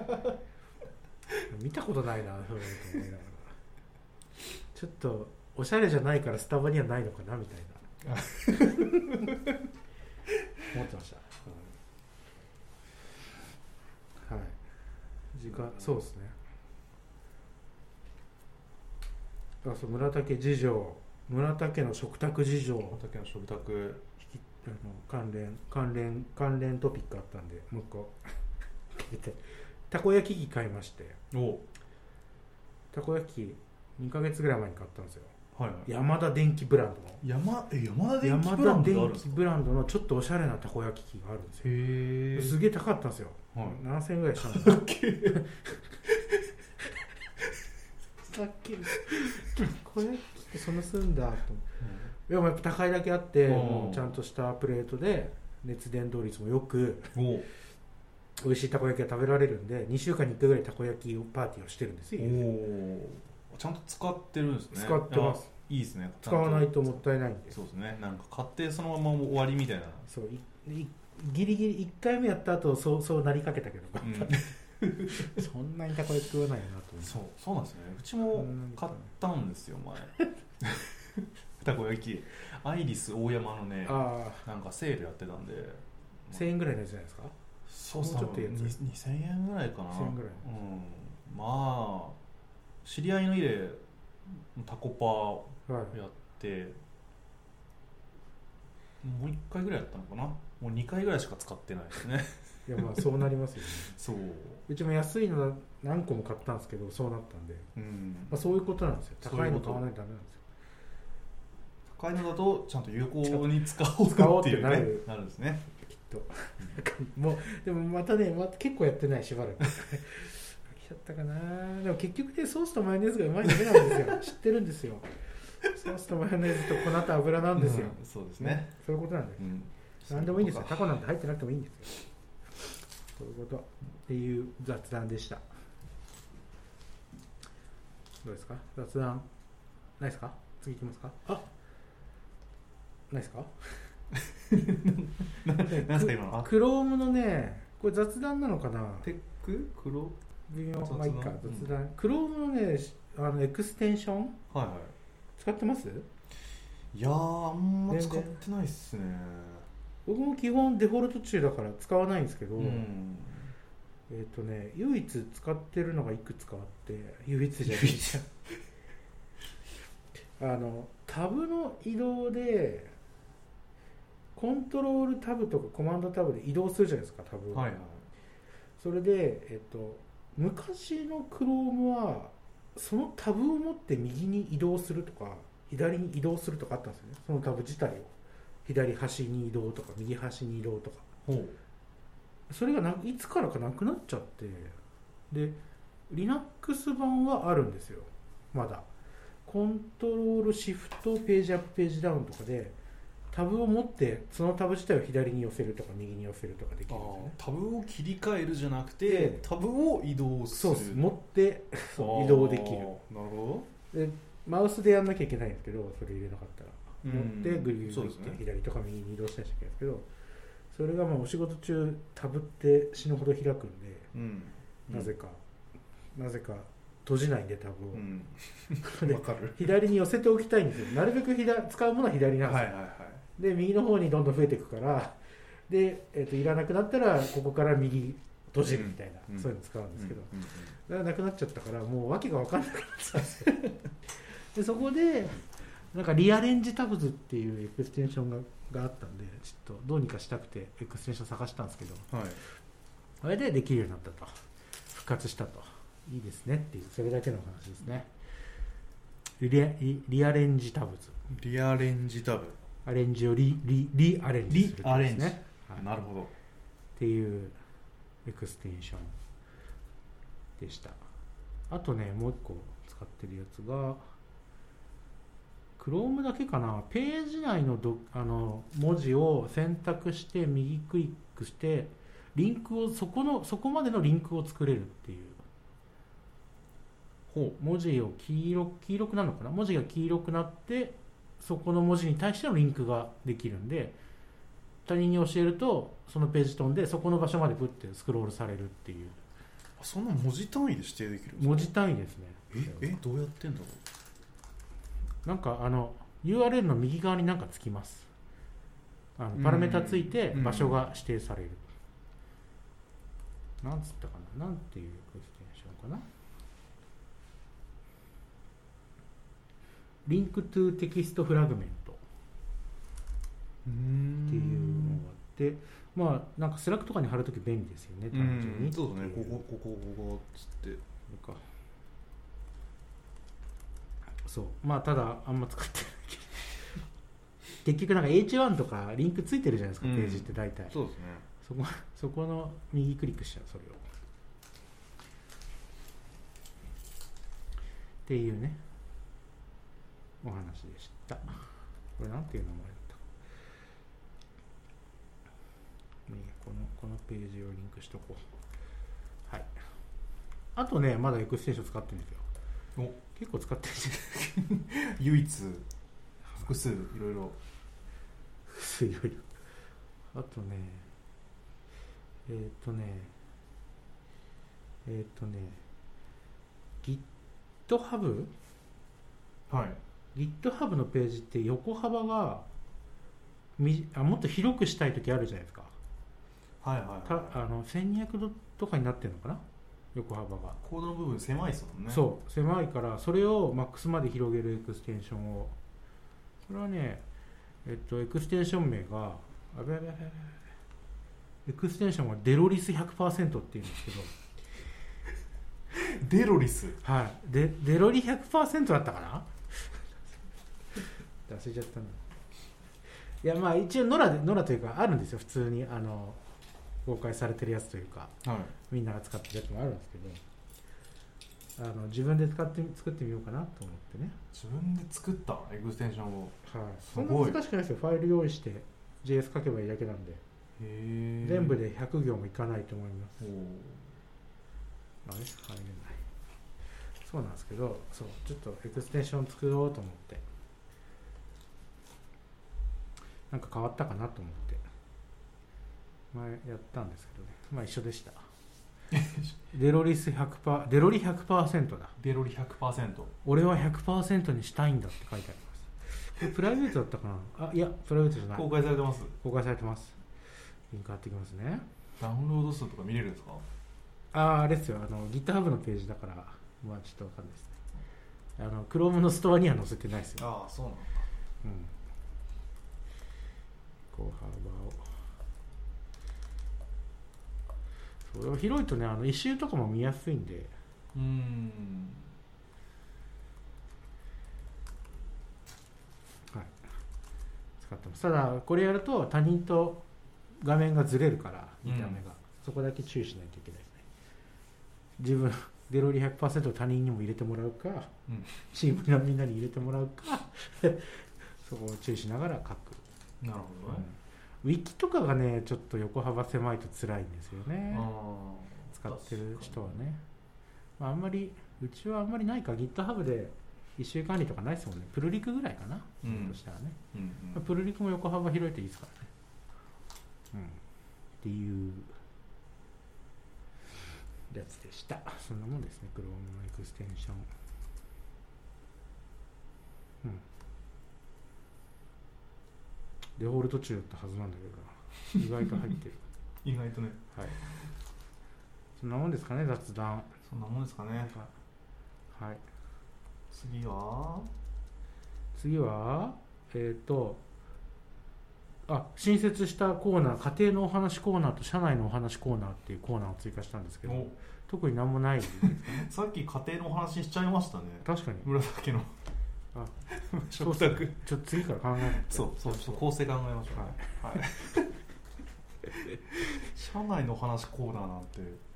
[SPEAKER 2] 見たことないなそういうのと思いながらちょっとおしゃれじゃないからスタバにはないのかなみたいな思ってましたはい時間そうですねあそう村竹事情村竹の食卓事情
[SPEAKER 1] 畑の食卓。
[SPEAKER 2] 引きあの関連関連関連トピックあったんでもう一個 出てたこ焼き器買いまして
[SPEAKER 1] お
[SPEAKER 2] たこ焼き2ヶ月ぐらい前に買ったんですよ
[SPEAKER 1] はいはい。
[SPEAKER 2] 山田電機ブラン
[SPEAKER 1] 山え山田
[SPEAKER 2] ドの
[SPEAKER 1] 電機
[SPEAKER 2] 山
[SPEAKER 1] ブラ
[SPEAKER 2] 田
[SPEAKER 1] ンドがあるん
[SPEAKER 2] 電
[SPEAKER 1] です
[SPEAKER 2] 機
[SPEAKER 1] か。
[SPEAKER 2] ブランドのちょっとおしゃれなたこ焼き器があるんですよ
[SPEAKER 1] へ
[SPEAKER 2] すげえ高かったんですよ、
[SPEAKER 1] はい。
[SPEAKER 2] 7000円ぐらいしたんです
[SPEAKER 1] だっけ。
[SPEAKER 2] さっき これそんなすんだと思ってでもやっぱ高いだけあって
[SPEAKER 1] うん
[SPEAKER 2] もうちゃんとしたプレートで熱伝導率もよく
[SPEAKER 1] お
[SPEAKER 2] 美味しいたこ焼きが食べられるんで2週間に1回ぐらいたこ焼きをパーティーをしてるんですよ、
[SPEAKER 1] お。ちゃんと使ってるんですね。
[SPEAKER 2] 使ってます
[SPEAKER 1] いや。いいですね。
[SPEAKER 2] 使わないとも
[SPEAKER 1] 思
[SPEAKER 2] ったいないんで
[SPEAKER 1] そうですね。なんか買ってそのまま終わりみたいな。
[SPEAKER 2] そういいギリギリ1回目やった後そうそうなりかけたけど
[SPEAKER 1] うん。
[SPEAKER 2] そんなにたこ焼き食わないよなと 思って
[SPEAKER 1] そうそうなんですね。うちも買ったんですよ 前。たこ焼きアイリス大山のね
[SPEAKER 2] ああ
[SPEAKER 1] なんかセールやってたんで。
[SPEAKER 2] 1000円ぐらいのやつじゃないですか
[SPEAKER 1] そうそう
[SPEAKER 2] もうちょっとやつ
[SPEAKER 1] に2000円ぐらいかな
[SPEAKER 2] 2000円ぐらい
[SPEAKER 1] うん、まあ知り合いの家でタコ
[SPEAKER 2] はい
[SPEAKER 1] パやってもう1回ぐらいやったのかなもう2回ぐらいしか使ってないです ね
[SPEAKER 2] いやまあそうなりますよね
[SPEAKER 1] そう
[SPEAKER 2] うちも安いの何個も買ったんですけどそうなったんで、
[SPEAKER 1] うん
[SPEAKER 2] まあ、そういうことなんですよ
[SPEAKER 1] そう
[SPEAKER 2] 高
[SPEAKER 1] い
[SPEAKER 2] いうの
[SPEAKER 1] こと
[SPEAKER 2] 買わないとダメなんですよ
[SPEAKER 1] 高いのだとちゃんと有効に使おう
[SPEAKER 2] 使おうっ
[SPEAKER 1] ってていうね
[SPEAKER 2] なる
[SPEAKER 1] なるんですね
[SPEAKER 2] きっともうでもまたね、ま、結構やってないしばらく飽きちゃったかなでも結局ねソースとマヨネーズがうまいだけなんで すよ知ってるんですよソースとマヨネーズと粉と油なんですよ、
[SPEAKER 1] うんそうですね、
[SPEAKER 2] そういうことなんだよ
[SPEAKER 1] うん、
[SPEAKER 2] 何でもいいんですよ
[SPEAKER 1] そう
[SPEAKER 2] タコなんて入ってなくてもいいんですよそういうことっていう雑談でしたどうですか雑談ないですか次いきますかあないですか
[SPEAKER 1] ななんですか今のあ
[SPEAKER 2] クロームのねこれ雑談なのかな
[SPEAKER 1] テック黒
[SPEAKER 2] 微妙
[SPEAKER 1] 雑談
[SPEAKER 2] まあいいか雑談、クロームのねしあのエクステンション
[SPEAKER 1] はいは
[SPEAKER 2] 使ってます
[SPEAKER 1] いいやーあんま
[SPEAKER 2] 全然
[SPEAKER 1] 使ってないっすね
[SPEAKER 2] 僕も基本デフォルト中だから使わないんですけど、
[SPEAKER 1] うん
[SPEAKER 2] えっ、とね唯一使ってるのがいくつかあって唯一じゃないじゃんあのタブの移動でコントロールタブとかコマンドタブで移動するじゃないですかタブを
[SPEAKER 1] はいはい
[SPEAKER 2] それで、えっと、昔のクロームはそのタブを持って右に移動するとか左に移動するとかあったんですよねそのタブ自体を左端に移動とか右端に移動とか
[SPEAKER 1] ほう
[SPEAKER 2] それがないつからかなくなっちゃってで Linux 版はあるんですよまだコントロールシフトページアップページダウンとかでタブを持ってそのタブ自体を左に寄せるとか右に寄せるとかでき
[SPEAKER 1] あ
[SPEAKER 2] るん
[SPEAKER 1] ー
[SPEAKER 2] ですよね
[SPEAKER 1] タブを切り替えるじゃなく
[SPEAKER 2] で
[SPEAKER 1] てタブを移動す
[SPEAKER 2] そう
[SPEAKER 1] る
[SPEAKER 2] です持って
[SPEAKER 1] あー
[SPEAKER 2] 移動できる
[SPEAKER 1] なるほ
[SPEAKER 2] でマウスでやんなきゃいけないんですけどそれ入れなかったら
[SPEAKER 1] うん
[SPEAKER 2] 持ってぐりぐりぐ
[SPEAKER 1] そう
[SPEAKER 2] り
[SPEAKER 1] で
[SPEAKER 2] っ
[SPEAKER 1] す
[SPEAKER 2] て
[SPEAKER 1] ね
[SPEAKER 2] 左とか右に移動したりしてるんですけどそれがまあお仕事中タブって死ぬほど開くんで
[SPEAKER 1] どうん
[SPEAKER 2] なぜか、なぜか閉じないんでタブ を、
[SPEAKER 1] うん
[SPEAKER 2] で
[SPEAKER 1] わかる
[SPEAKER 2] 左に寄せておきたいんですよなるべく左使うものは左な
[SPEAKER 1] は
[SPEAKER 2] ん
[SPEAKER 1] い
[SPEAKER 2] です
[SPEAKER 1] は
[SPEAKER 2] よ、
[SPEAKER 1] いはい
[SPEAKER 2] で右の方にどんどん増えていくからで、えっといらなくなったらここから右閉じるみたいな、
[SPEAKER 1] うん
[SPEAKER 2] そういうの使うんですけど、
[SPEAKER 1] うんうん
[SPEAKER 2] だからなくなっちゃったからもう訳が分かんなくなっちゃって でそこでなんかリアレンジタブズっていうエクステンションががあったんでちょっとどうにかしたくてエクステンション探したんですけど
[SPEAKER 1] うんはい
[SPEAKER 2] あれでできるようになったと復活したといいですねっていうそれだけの話ですねリアリリアレンジタブズ
[SPEAKER 1] リアレンジタブ
[SPEAKER 2] アレンジをリリリアレンジするってことで
[SPEAKER 1] リアレ
[SPEAKER 2] す
[SPEAKER 1] ン
[SPEAKER 2] ね、はい
[SPEAKER 1] なるほど
[SPEAKER 2] っていうエクステンションでしたあとねもう一個使ってるやつが Chrome だけかなページ内のどあの文字を選択して右クリックしてリンクをそこのそこまでのリンクを作れるっていう
[SPEAKER 1] ほ
[SPEAKER 2] 文字を黄色黄色くなるのかな文字が黄色くなってそこの文字に対してのリンクができるんで他人に教えるとそのページ飛んでそこの場所までプッてスクロールされるっていう
[SPEAKER 1] うそんな文字単位で指定できるんですか
[SPEAKER 2] 文字単位ですね
[SPEAKER 1] ええどうやってんだろ
[SPEAKER 2] なんかあの URL の右側になんかつきますあのパラメータついて
[SPEAKER 1] うん
[SPEAKER 2] 場所が指定される、なんつったかななんていうエクステンションかなリンクトゥテキストフラグメント
[SPEAKER 1] ううー
[SPEAKER 2] っていうの
[SPEAKER 1] ん
[SPEAKER 2] があって、まあなんかスラックとかに貼るとき便利ですよね
[SPEAKER 1] う
[SPEAKER 2] 単純
[SPEAKER 1] ん
[SPEAKER 2] に
[SPEAKER 1] そうだね
[SPEAKER 2] って
[SPEAKER 1] こ
[SPEAKER 2] い
[SPEAKER 1] こここここっつって
[SPEAKER 2] なんかそうまあただあんま使ってないけど結局なんか H1 とかリンクついてるじゃないですか、
[SPEAKER 1] うん
[SPEAKER 2] ページって大体
[SPEAKER 1] そうですね
[SPEAKER 2] そこ そこの右クリックしちゃうそれをっていうねお話でしたこれなんていう名前だったかまあいいやこのこのページをリンクしとこうはいあとねまだエクステンション使ってるんですよ
[SPEAKER 1] お
[SPEAKER 2] 結構使ってるんじゃない
[SPEAKER 1] 唯一複数いろいろ
[SPEAKER 2] 強いよあとねえーっ、とねえーっ、とね GitHub?
[SPEAKER 1] はい
[SPEAKER 2] GitHub のページって横幅がみあもっと広くしたい時あるじゃないですか
[SPEAKER 1] はいはい
[SPEAKER 2] た
[SPEAKER 1] はい
[SPEAKER 2] あの1200度とかになってるのかな横幅が、
[SPEAKER 1] コードの部分狭いですもんねう
[SPEAKER 2] そう狭いからそれを MAX まで広げるエクステンションをこれはねえっとエクステンション名があべあべあべあべあべエクステンションはデロリス100%っていうんですけど
[SPEAKER 1] デロリス
[SPEAKER 2] はい、でデロリ100%だったか な忘れちゃったないやまあ一応ノラでノラというかあるんですよ普通にあの公開されてるやつというか
[SPEAKER 1] はい
[SPEAKER 2] みんなが使ってるやつもあるんですけどあの自分で使ってみ作ってみようかなと思ってね、
[SPEAKER 1] 自分で作ったエクステンションを
[SPEAKER 2] はい、
[SPEAKER 1] す
[SPEAKER 2] そ
[SPEAKER 1] ご
[SPEAKER 2] ん
[SPEAKER 1] い
[SPEAKER 2] な難しくないですよファイル用意して JS 書けばいいだけなんで、
[SPEAKER 1] へえ
[SPEAKER 2] 全部で100行もいかないと思います
[SPEAKER 1] おー
[SPEAKER 2] あれ入れないそうなんですけどそうちょっとエクステンション作ろうと思ってなんか変わったかなと思って前やったんですけどねまあ一緒でした デロリス100%デロリ100%だ
[SPEAKER 1] デロリ100%
[SPEAKER 2] 俺は100%にしたいんだって書いてありますこれプライベートだったかなあいやプライベートじゃない
[SPEAKER 1] 公開されてます
[SPEAKER 2] 公開されてますリンク貼ってきますね
[SPEAKER 1] ダウンロード数とか見れるんですか
[SPEAKER 2] あああれですよあの GitHub のページだからまあちょっとわかんないですねあの Chrome のストアには載せてないですよ、
[SPEAKER 1] ああそうなんだ
[SPEAKER 2] うん、こう幅をそれを広いとねあの一周とかも見やすいんで
[SPEAKER 1] うーん
[SPEAKER 2] 使ってますただこれやると他人と画面がずれるから見た目が、そこだけ注意しないといけないですね自分デロリ100%を他人にも入れてもらうか、
[SPEAKER 1] うん
[SPEAKER 2] チームのみんなに入れてもらうか そこを注意しながら書く、
[SPEAKER 1] なるほどね、
[SPEAKER 2] うんウィキとかがねちょっと横幅狭いと辛いんですよ
[SPEAKER 1] あ
[SPEAKER 2] ね
[SPEAKER 1] あ
[SPEAKER 2] 使ってる人はね、まあ、あんまりうちはあんまりないか GitHub で一周管理とかないですもんねプルリクぐらいかな、
[SPEAKER 1] うん
[SPEAKER 2] としたらね
[SPEAKER 1] うんう
[SPEAKER 2] まあ
[SPEAKER 1] ん、
[SPEAKER 2] プルリクも横幅広いといいですからね。うん、っていうやつでした。そんなもんですね、クロームのエクステンション。うん。デフォルト中だったはずなんだけどな、意外と入ってる。
[SPEAKER 1] 意外とね
[SPEAKER 2] はい。そんなもんですかね、雑談。
[SPEAKER 1] そんなもんですかね
[SPEAKER 2] はい。
[SPEAKER 1] 次は
[SPEAKER 2] 次はえっ、とあ新設したコーナー家庭のお話コーナーと社内のお話コーナーっていうコーナーを追加したんですけど
[SPEAKER 1] お
[SPEAKER 2] 特になんもない
[SPEAKER 1] さっき家庭のお話しちゃいましたね
[SPEAKER 2] 確かに
[SPEAKER 1] 紫の
[SPEAKER 2] あ
[SPEAKER 1] 食卓
[SPEAKER 2] ちょっと次から考えない
[SPEAKER 1] そうそうそう構成考えましょう
[SPEAKER 2] はい
[SPEAKER 1] はい、 社内の話コーナーなんて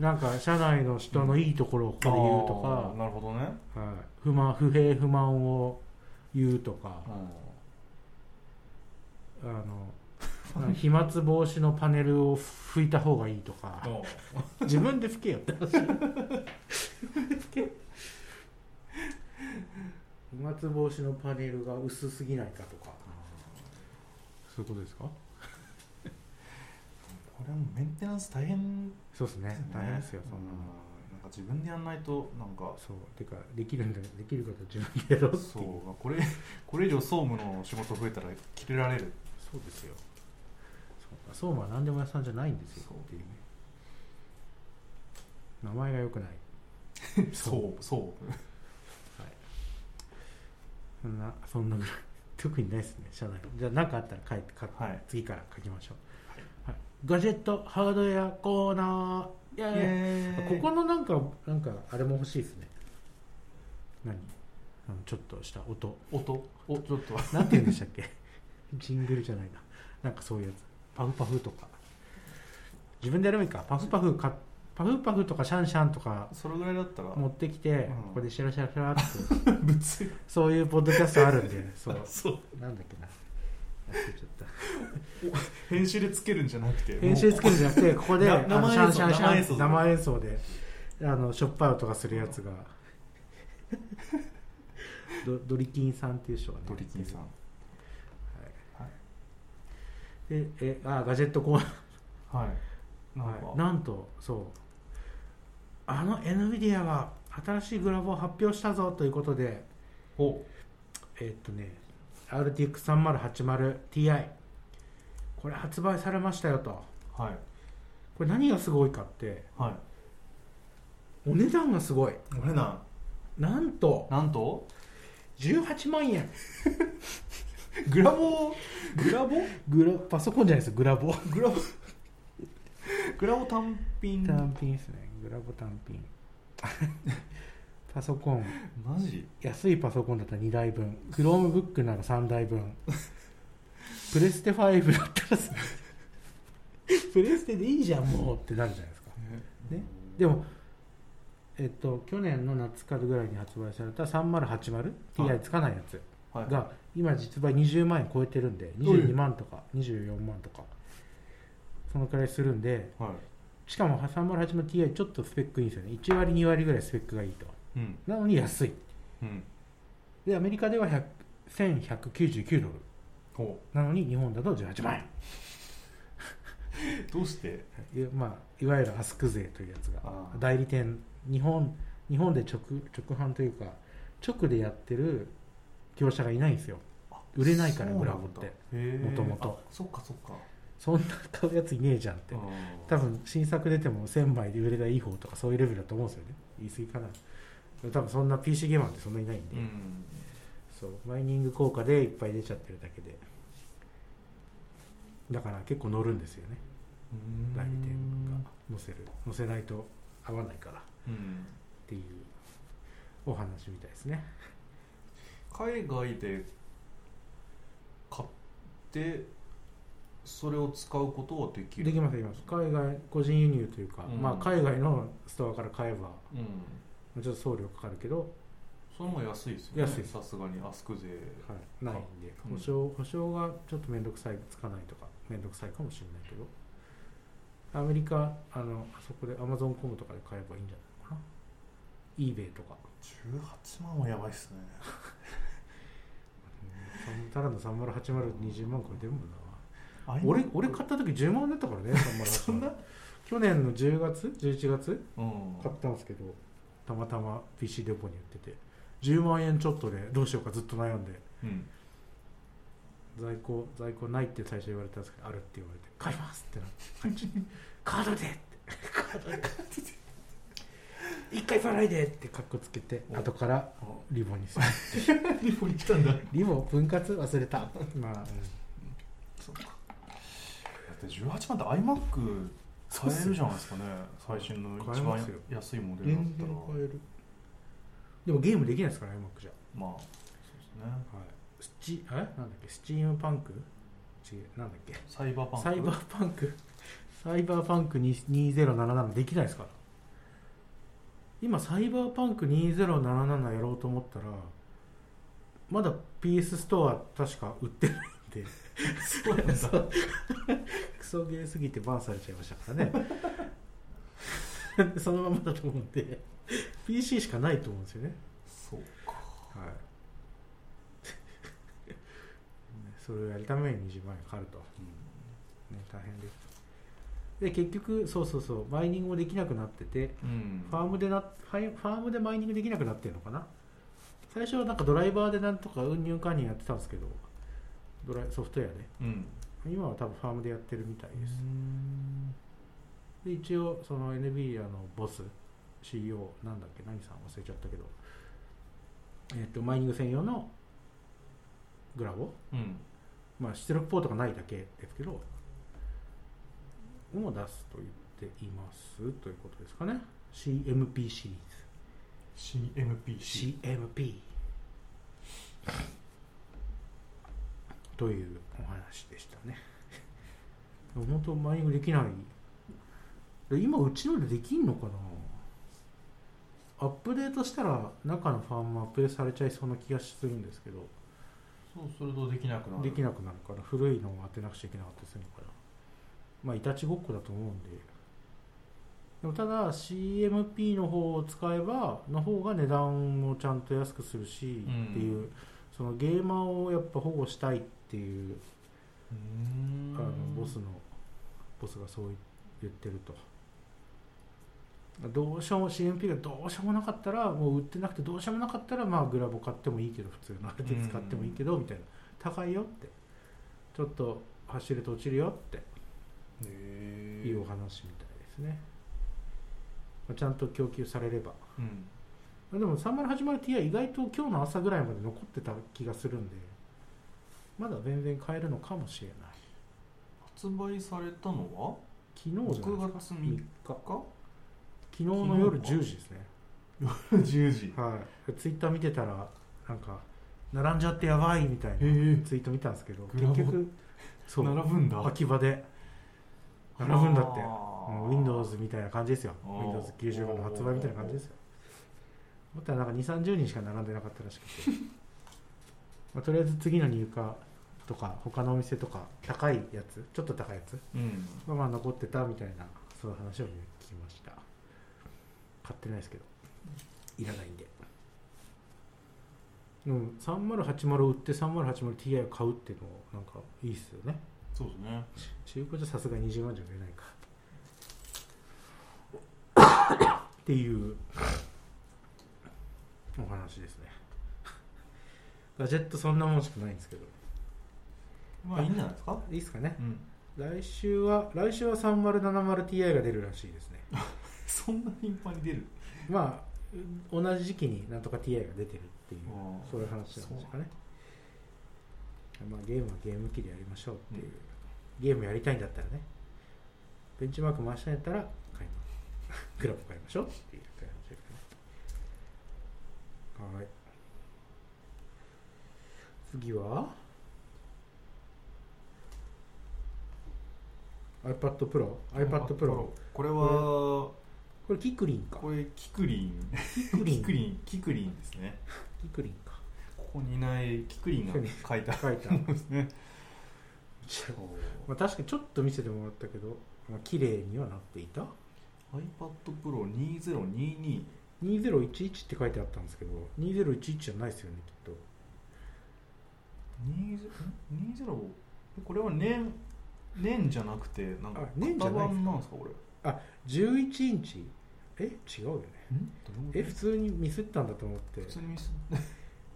[SPEAKER 1] な
[SPEAKER 2] なんか社内の人のいいところをここで言うと
[SPEAKER 1] あー
[SPEAKER 2] か、
[SPEAKER 1] なるほどね、
[SPEAKER 2] はい、不満不平不満を言うとかあ の飛沫防止のパネルを拭いた方がいいとか
[SPEAKER 1] どう
[SPEAKER 2] 自分で拭けよって話飛沫防止のパネルが薄すぎないかとかそういうことですか
[SPEAKER 1] これもメンテナンス大変で
[SPEAKER 2] そうです
[SPEAKER 1] す
[SPEAKER 2] ね
[SPEAKER 1] ね
[SPEAKER 2] 大変ですよそんなの、
[SPEAKER 1] うんなんか自分でやんないとなんか
[SPEAKER 2] そうてかできるんだできること自分でやろうっていう
[SPEAKER 1] そうこれこれ以上総務の仕事増えたら切れられる
[SPEAKER 2] そうですよそうかそうは何でも屋さんじゃないんですよ
[SPEAKER 1] そう
[SPEAKER 2] っていうね名前が良くない
[SPEAKER 1] そうそう
[SPEAKER 2] そんなそんなぐらい特にないですね社内じゃあ何かあったら書いて書く
[SPEAKER 1] はい
[SPEAKER 2] 次から書きましょう、はい、ガジェットハードウェアコーナーイエーイここのなんかなんかあれも欲しいですね何あのちょっとした音
[SPEAKER 1] こ音おちょっと
[SPEAKER 2] なんて言うんでしたっけ ジングルじゃないななんかそういうやつパフパフとか自分でやればいいかパフパフかパフパフとかシャンシャンとか
[SPEAKER 1] それぐらいだったら
[SPEAKER 2] 持ってきて、
[SPEAKER 1] うん
[SPEAKER 2] ここでシャラシャラシャラって
[SPEAKER 1] 物理
[SPEAKER 2] そういうポッドキャストあるんでそう
[SPEAKER 1] そう
[SPEAKER 2] なんだっけな忘れちゃっ
[SPEAKER 1] 編集でつけるんじゃなくて
[SPEAKER 2] た編集つけるんじゃなくてここで
[SPEAKER 1] な
[SPEAKER 2] あの
[SPEAKER 1] 生
[SPEAKER 2] シ
[SPEAKER 1] 演
[SPEAKER 2] ャン
[SPEAKER 1] 奏
[SPEAKER 2] シャンシ
[SPEAKER 1] 生演
[SPEAKER 2] ャ
[SPEAKER 1] 奏
[SPEAKER 2] ン生演奏であのしょっぱい音がするやつ がドドリキンさんっていう人がね
[SPEAKER 1] ドリキンさん
[SPEAKER 2] はいでえあガジェットコーナー
[SPEAKER 1] はいなんか、
[SPEAKER 2] はい、なんとそうあの NVIDIA は新しいグラボを発表したぞということで
[SPEAKER 1] お
[SPEAKER 2] えっとね RTX3080Ti これ発売されましたよと
[SPEAKER 1] はい
[SPEAKER 2] これ何がすごいかって
[SPEAKER 1] はい
[SPEAKER 2] お値段がすごい
[SPEAKER 1] お値段
[SPEAKER 2] なんと
[SPEAKER 1] なん と
[SPEAKER 2] 18万円
[SPEAKER 1] グラボグラボ
[SPEAKER 2] グラパソコンじゃないですグラボ
[SPEAKER 1] グラボグラボ単品
[SPEAKER 2] 単品ですねグラボ単品パソコン
[SPEAKER 1] マジ
[SPEAKER 2] 安いパソコンだったら2台分 Chromebook なら3台分プレステ5だったらさプレステでいいじゃんもうってなるじゃないですかねでもえっと去年の夏からぐらいに発売された 3080Ti つかないやつ
[SPEAKER 1] はい
[SPEAKER 2] が今実売20万円超えてるんで22万とか24万とかそのくらいするんで
[SPEAKER 1] は
[SPEAKER 2] しかも 3080Ti ちょっとスペックいいんですよね1割2割ぐらいスペックがいいと
[SPEAKER 1] いうん
[SPEAKER 2] なのに安い
[SPEAKER 1] うん
[SPEAKER 2] でアメリカでは100 1199ドル
[SPEAKER 1] お
[SPEAKER 2] なのに日本だと18万
[SPEAKER 1] どうして
[SPEAKER 2] 円いや,、まあ、いわゆるアスク税というやつが
[SPEAKER 1] あー
[SPEAKER 2] 代理店日本日本で直直販というか直でやってる業者がいないんですよ売れないから
[SPEAKER 1] そう
[SPEAKER 2] グラ
[SPEAKER 1] な
[SPEAKER 2] ボっ
[SPEAKER 1] んだ
[SPEAKER 2] て
[SPEAKER 1] へー
[SPEAKER 2] もともと
[SPEAKER 1] あそっかそっか
[SPEAKER 2] そんな買うやついねえじゃんって多分新作出ても1000枚で売れがいい方とかそういうレベルだと思うんですよね言い過ぎかな多分そんな PC ゲーマーってそんなにないんで、
[SPEAKER 1] うん
[SPEAKER 2] そうマイニング効果でいっぱい出ちゃってるだけでだから結構乗るんですよね
[SPEAKER 1] うん
[SPEAKER 2] 代理店が乗せる乗せないと合わないからっ
[SPEAKER 1] うん
[SPEAKER 2] ていうお話みたいですね
[SPEAKER 1] 海外で買ってそれを使うことはできる
[SPEAKER 2] できますできます海外個人輸入というか、
[SPEAKER 1] うん
[SPEAKER 2] まあ海外のストアから買えば
[SPEAKER 1] うん
[SPEAKER 2] ちょっと送料かかるけど、
[SPEAKER 1] それも安いですよね
[SPEAKER 2] 安いです
[SPEAKER 1] さすがにアスク税
[SPEAKER 2] はい、ないんで
[SPEAKER 1] うん
[SPEAKER 2] 保証保証がちょっと面倒くさいつかないとか面倒くさいかもしれないけどアメリカあのあそこでアマゾンコムとかで買えばいいんじゃないのかな eBay とか
[SPEAKER 1] 18万はやばいっすね
[SPEAKER 2] ただの308020万超えてるもんな
[SPEAKER 1] あれ
[SPEAKER 2] 俺俺買った時10万だったからね3080
[SPEAKER 1] そんな
[SPEAKER 2] 去年の10月11月
[SPEAKER 1] うん
[SPEAKER 2] 買ったんですけどたまたま PC デポに売ってて10万円ちょっとでどうしようかずっと悩んで
[SPEAKER 1] うん
[SPEAKER 2] 在庫在庫ないって最初言われたんですけどあるって言われて買いますってなってカードでってカードで一回払いでってカッコつけて
[SPEAKER 1] お
[SPEAKER 2] 後から
[SPEAKER 1] あ
[SPEAKER 2] リボンにする
[SPEAKER 1] リポに来たんだだ
[SPEAKER 2] リボン分割忘れたまあ、
[SPEAKER 1] って18万って iMac 買えるじゃないですかね最新の一
[SPEAKER 2] 買えま
[SPEAKER 1] 番
[SPEAKER 2] すよ
[SPEAKER 1] 安いモデルだっ
[SPEAKER 2] 全然
[SPEAKER 1] たら
[SPEAKER 2] 超えるでもゲームできないですからねうまくじゃ、
[SPEAKER 1] まあそうですね
[SPEAKER 2] はい、スチえなんだっけスチームパンク違うなんだっけ
[SPEAKER 1] サイバーパンク
[SPEAKER 2] サイバーパンク サイバーパンク2077できないですから今サイバーパンク2077やろうと思ったらまだ PS ストア確か売ってないんで
[SPEAKER 1] そうなんだ
[SPEAKER 2] そう クソゲーすぎてバンされちゃいましたからね そのままだと思うんで PC しかないと思うんですよね
[SPEAKER 1] そうか
[SPEAKER 2] はい それをやるために20万円かかると、ね、大変ですで結局そうそうそうマイニングもできなくなってて
[SPEAKER 1] うん
[SPEAKER 2] ファームでなファイファームでマイニングできなくなってるのかな最初はなんかドライバーでなんとか運入管理やってたんですけどドライソフトウェアで
[SPEAKER 1] うん
[SPEAKER 2] 今は多分ファームでやってるみたいうです
[SPEAKER 1] ん
[SPEAKER 2] で一応その NVIDIA のボス CEO なんだっけ何さん忘れちゃったけどえっ、とマイニング専用のグラボ
[SPEAKER 1] うん
[SPEAKER 2] まあ出力ポートがないだけですけどもう出すと言っていますということですかね CMP シリ
[SPEAKER 1] CMPC
[SPEAKER 2] ーズ CMP というお話でしたねでも本当マイニングできないで今うちのでできんのかなアップデートしたら中のファームもアップデートされちゃいそうな気がするんですけど
[SPEAKER 1] そうするとできなくなる
[SPEAKER 2] できなくなるから古いのを当てなくちゃいけなかったりするからまあいたちごっこだと思うんででもただ CMP の方を使えばの方が値段をちゃんと安くするし
[SPEAKER 1] うん
[SPEAKER 2] っていう、そのゲーマーをやっぱ保護したいっていう
[SPEAKER 1] う
[SPEAKER 2] あ
[SPEAKER 1] ん
[SPEAKER 2] のボスのボスがそう言ってるとどうしようも CMP がどうしようもなかったらもう売ってなくてどうしようもなかったらまあグラボ買ってもいいけど普通のあれで使ってもいいけどみたいな高いよってちょっと走ると落ちるよって
[SPEAKER 1] へえ
[SPEAKER 2] いうお話みたいですね、まあ、ちゃんと供給されれば
[SPEAKER 1] うん
[SPEAKER 2] でも3080ti 意外と今日の朝ぐらいまで残ってた気がするんでまだ全然買えるのかもしれない
[SPEAKER 1] 発売されたのは
[SPEAKER 2] 昨日じゃないですか
[SPEAKER 1] 6月3日か
[SPEAKER 2] 昨日の夜
[SPEAKER 1] 昨日か
[SPEAKER 2] 10時ですね
[SPEAKER 1] 10時
[SPEAKER 2] はい、ツイッター見てたらなんか並んじゃってやばいみたいな
[SPEAKER 1] へえ
[SPEAKER 2] ツイート見たんですけど
[SPEAKER 1] グラボ
[SPEAKER 2] 結局そ
[SPEAKER 1] 並
[SPEAKER 2] う
[SPEAKER 1] ぶんだ
[SPEAKER 2] 秋葉で並ぶんだって
[SPEAKER 1] あー
[SPEAKER 2] もう Windows みたいな感じですよ
[SPEAKER 1] あー
[SPEAKER 2] Windows95 の発売みたいな感じですよ思ったらなんか2 3 0人しか並んでなかったらしくて、 まあ、とりあえず次の入荷とか他のお店とか高いやつちょっと高いやつ
[SPEAKER 1] うん
[SPEAKER 2] まあまあ残ってたみたいなそういう話を聞きました買ってないですけどいらないんでうん3080を売って 3080Ti を買うっていうのもなんかいいっすよね
[SPEAKER 1] そうですね
[SPEAKER 2] 中古じゃさすがに20万じゃ売れないか っていうお話ですねガジェットそんなもんしかないんですけど
[SPEAKER 1] まあいいんじゃないですか
[SPEAKER 2] いいっすかね
[SPEAKER 1] うん
[SPEAKER 2] 来週は来週は 3070Ti が出るらしいですね
[SPEAKER 1] そんな頻繁に出る
[SPEAKER 2] まあ同じ時期になんとか TI が出てるっていう
[SPEAKER 1] あー
[SPEAKER 2] そういう話なんですかねまあ、ゲームはゲーム機でやりましょうっていう、
[SPEAKER 1] うん
[SPEAKER 2] ゲームやりたいんだったらねベンチマーク回したんやったら買いま グラブ買いましょうっていう感じですかねはい次は iPad Pro iPad Pro こ
[SPEAKER 1] これは
[SPEAKER 2] れキクリンか
[SPEAKER 1] これキクリン
[SPEAKER 2] キクリン
[SPEAKER 1] キクリンキクリンですね
[SPEAKER 2] キクリンか
[SPEAKER 1] ここにいないキクリンが書いた
[SPEAKER 2] 書いた
[SPEAKER 1] そうですね
[SPEAKER 2] まあ、確かにちょっと見せてもらったけど、まあ綺麗にはなっていた
[SPEAKER 1] iPadPro2022
[SPEAKER 2] 2011って書いてあったんですけど2011じゃないですよねきっ
[SPEAKER 1] 20ん20これは年年じゃなくてなんか
[SPEAKER 2] あ年じゃ
[SPEAKER 1] 型
[SPEAKER 2] ないですか
[SPEAKER 1] 番なんですかこれ
[SPEAKER 2] と11インチえ違うよね
[SPEAKER 1] ん
[SPEAKER 2] え普通にミスったんだと思って
[SPEAKER 1] 普通にす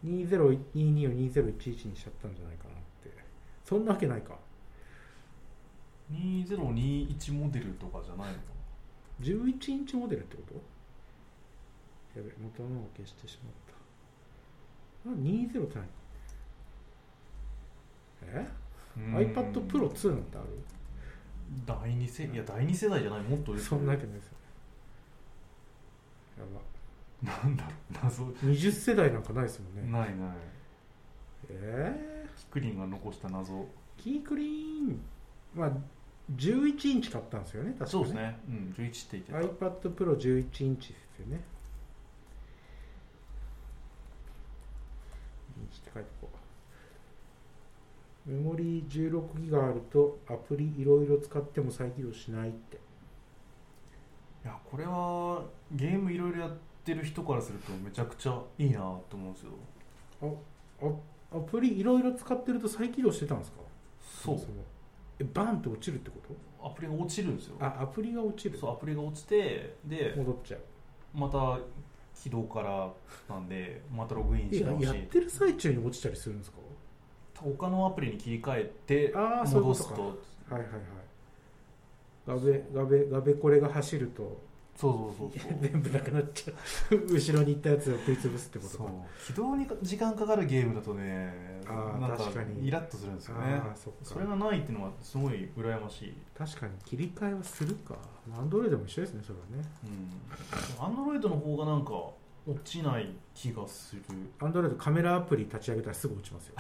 [SPEAKER 2] 2022を2011にしちゃったんじゃないかなってそんなわけないか
[SPEAKER 1] 2021モデルとかじゃないのか
[SPEAKER 2] 11インチモデルってことやべ元のを消してしまったあ20って何え
[SPEAKER 1] な
[SPEAKER 2] iPad Pro 2なんてある
[SPEAKER 1] 第二世いや第二世代じゃないもっと上
[SPEAKER 2] そんなわけないですよやば
[SPEAKER 1] なんだろう謎
[SPEAKER 2] 20世代なんかないですもんね、
[SPEAKER 1] ないない
[SPEAKER 2] え
[SPEAKER 1] キクリンが残した謎
[SPEAKER 2] ー、キークリーンまあ11インチ買ったんですよね確か
[SPEAKER 1] そうですねうん11って言ってた
[SPEAKER 2] iPad Pro11 インチですよねインチって書いておこうメモリー16ギガあるとアプリいろいろ使っても再起動しないって
[SPEAKER 1] いやこれはゲームいろいろやってる人からするとめちゃくちゃいいなと思うんですよ
[SPEAKER 2] アプリいろいろ使ってると再起動してたんですか
[SPEAKER 1] そう
[SPEAKER 2] ももえバンって落ちるってこ
[SPEAKER 1] アプリが落ちるんですよ
[SPEAKER 2] とあアプリが落ちる
[SPEAKER 1] そうアプリが落ちてで
[SPEAKER 2] 戻っちゃう
[SPEAKER 1] また起動からなんでまたログイン
[SPEAKER 2] え
[SPEAKER 1] してほし
[SPEAKER 2] やっ
[SPEAKER 1] い
[SPEAKER 2] てる最中に落ちたりするんですか
[SPEAKER 1] 他のアプリに切り替えて
[SPEAKER 2] あーそういうこ
[SPEAKER 1] 戻
[SPEAKER 2] と
[SPEAKER 1] す
[SPEAKER 2] か
[SPEAKER 1] と
[SPEAKER 2] はいはいはいガベガベガベこれが走ると
[SPEAKER 1] そうそうそうそう
[SPEAKER 2] 全部なくなっちゃう 後ろに行ったやつを食い潰すってこと
[SPEAKER 1] そ
[SPEAKER 2] か
[SPEAKER 1] う起動に時間かかるゲームだとね
[SPEAKER 2] あー
[SPEAKER 1] なんか
[SPEAKER 2] 確かに
[SPEAKER 1] イラッとするんですよね
[SPEAKER 2] ああそっか
[SPEAKER 1] それがないっていうのはすごい羨ましい
[SPEAKER 2] 確かに切り替えはするかアンドロイドも一緒ですねそれはね
[SPEAKER 1] アンドロイドの方がなんか落ちない気がする
[SPEAKER 2] アンドロイドカメラアプリ立ち上げたらすぐ落 ちますよ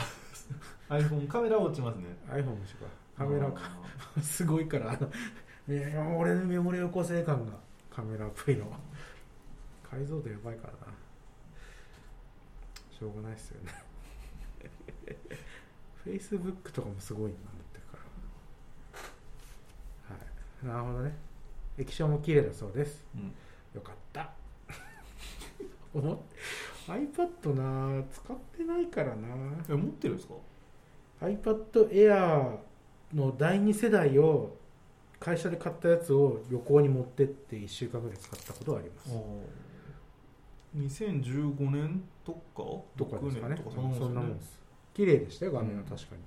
[SPEAKER 1] iPhone カメラは落ちますね
[SPEAKER 2] iPhone も一緒かカメラか すごいからあのね俺のメモリを個性感がカメラアプリの解像度やばいからなしょうがないっすよね Facebook とかもすごいなってからはいなるほどね液晶も綺麗だそうです
[SPEAKER 1] うん
[SPEAKER 2] よかった 思っ iPad な使ってないからな
[SPEAKER 1] え持ってるんですか
[SPEAKER 2] iPad Air の第2世代を会社で買ったやつを旅行に持ってって1週間ぐらい使ったことはあります
[SPEAKER 1] 2015年とか
[SPEAKER 2] どこですかね
[SPEAKER 1] 6年とか
[SPEAKER 2] うん
[SPEAKER 1] そ
[SPEAKER 2] そ
[SPEAKER 1] ん
[SPEAKER 2] ん
[SPEAKER 1] な
[SPEAKER 2] な
[SPEAKER 1] もん
[SPEAKER 2] もん
[SPEAKER 1] で
[SPEAKER 2] ですす綺麗でしたよ画面は
[SPEAKER 1] うん
[SPEAKER 2] 確かに、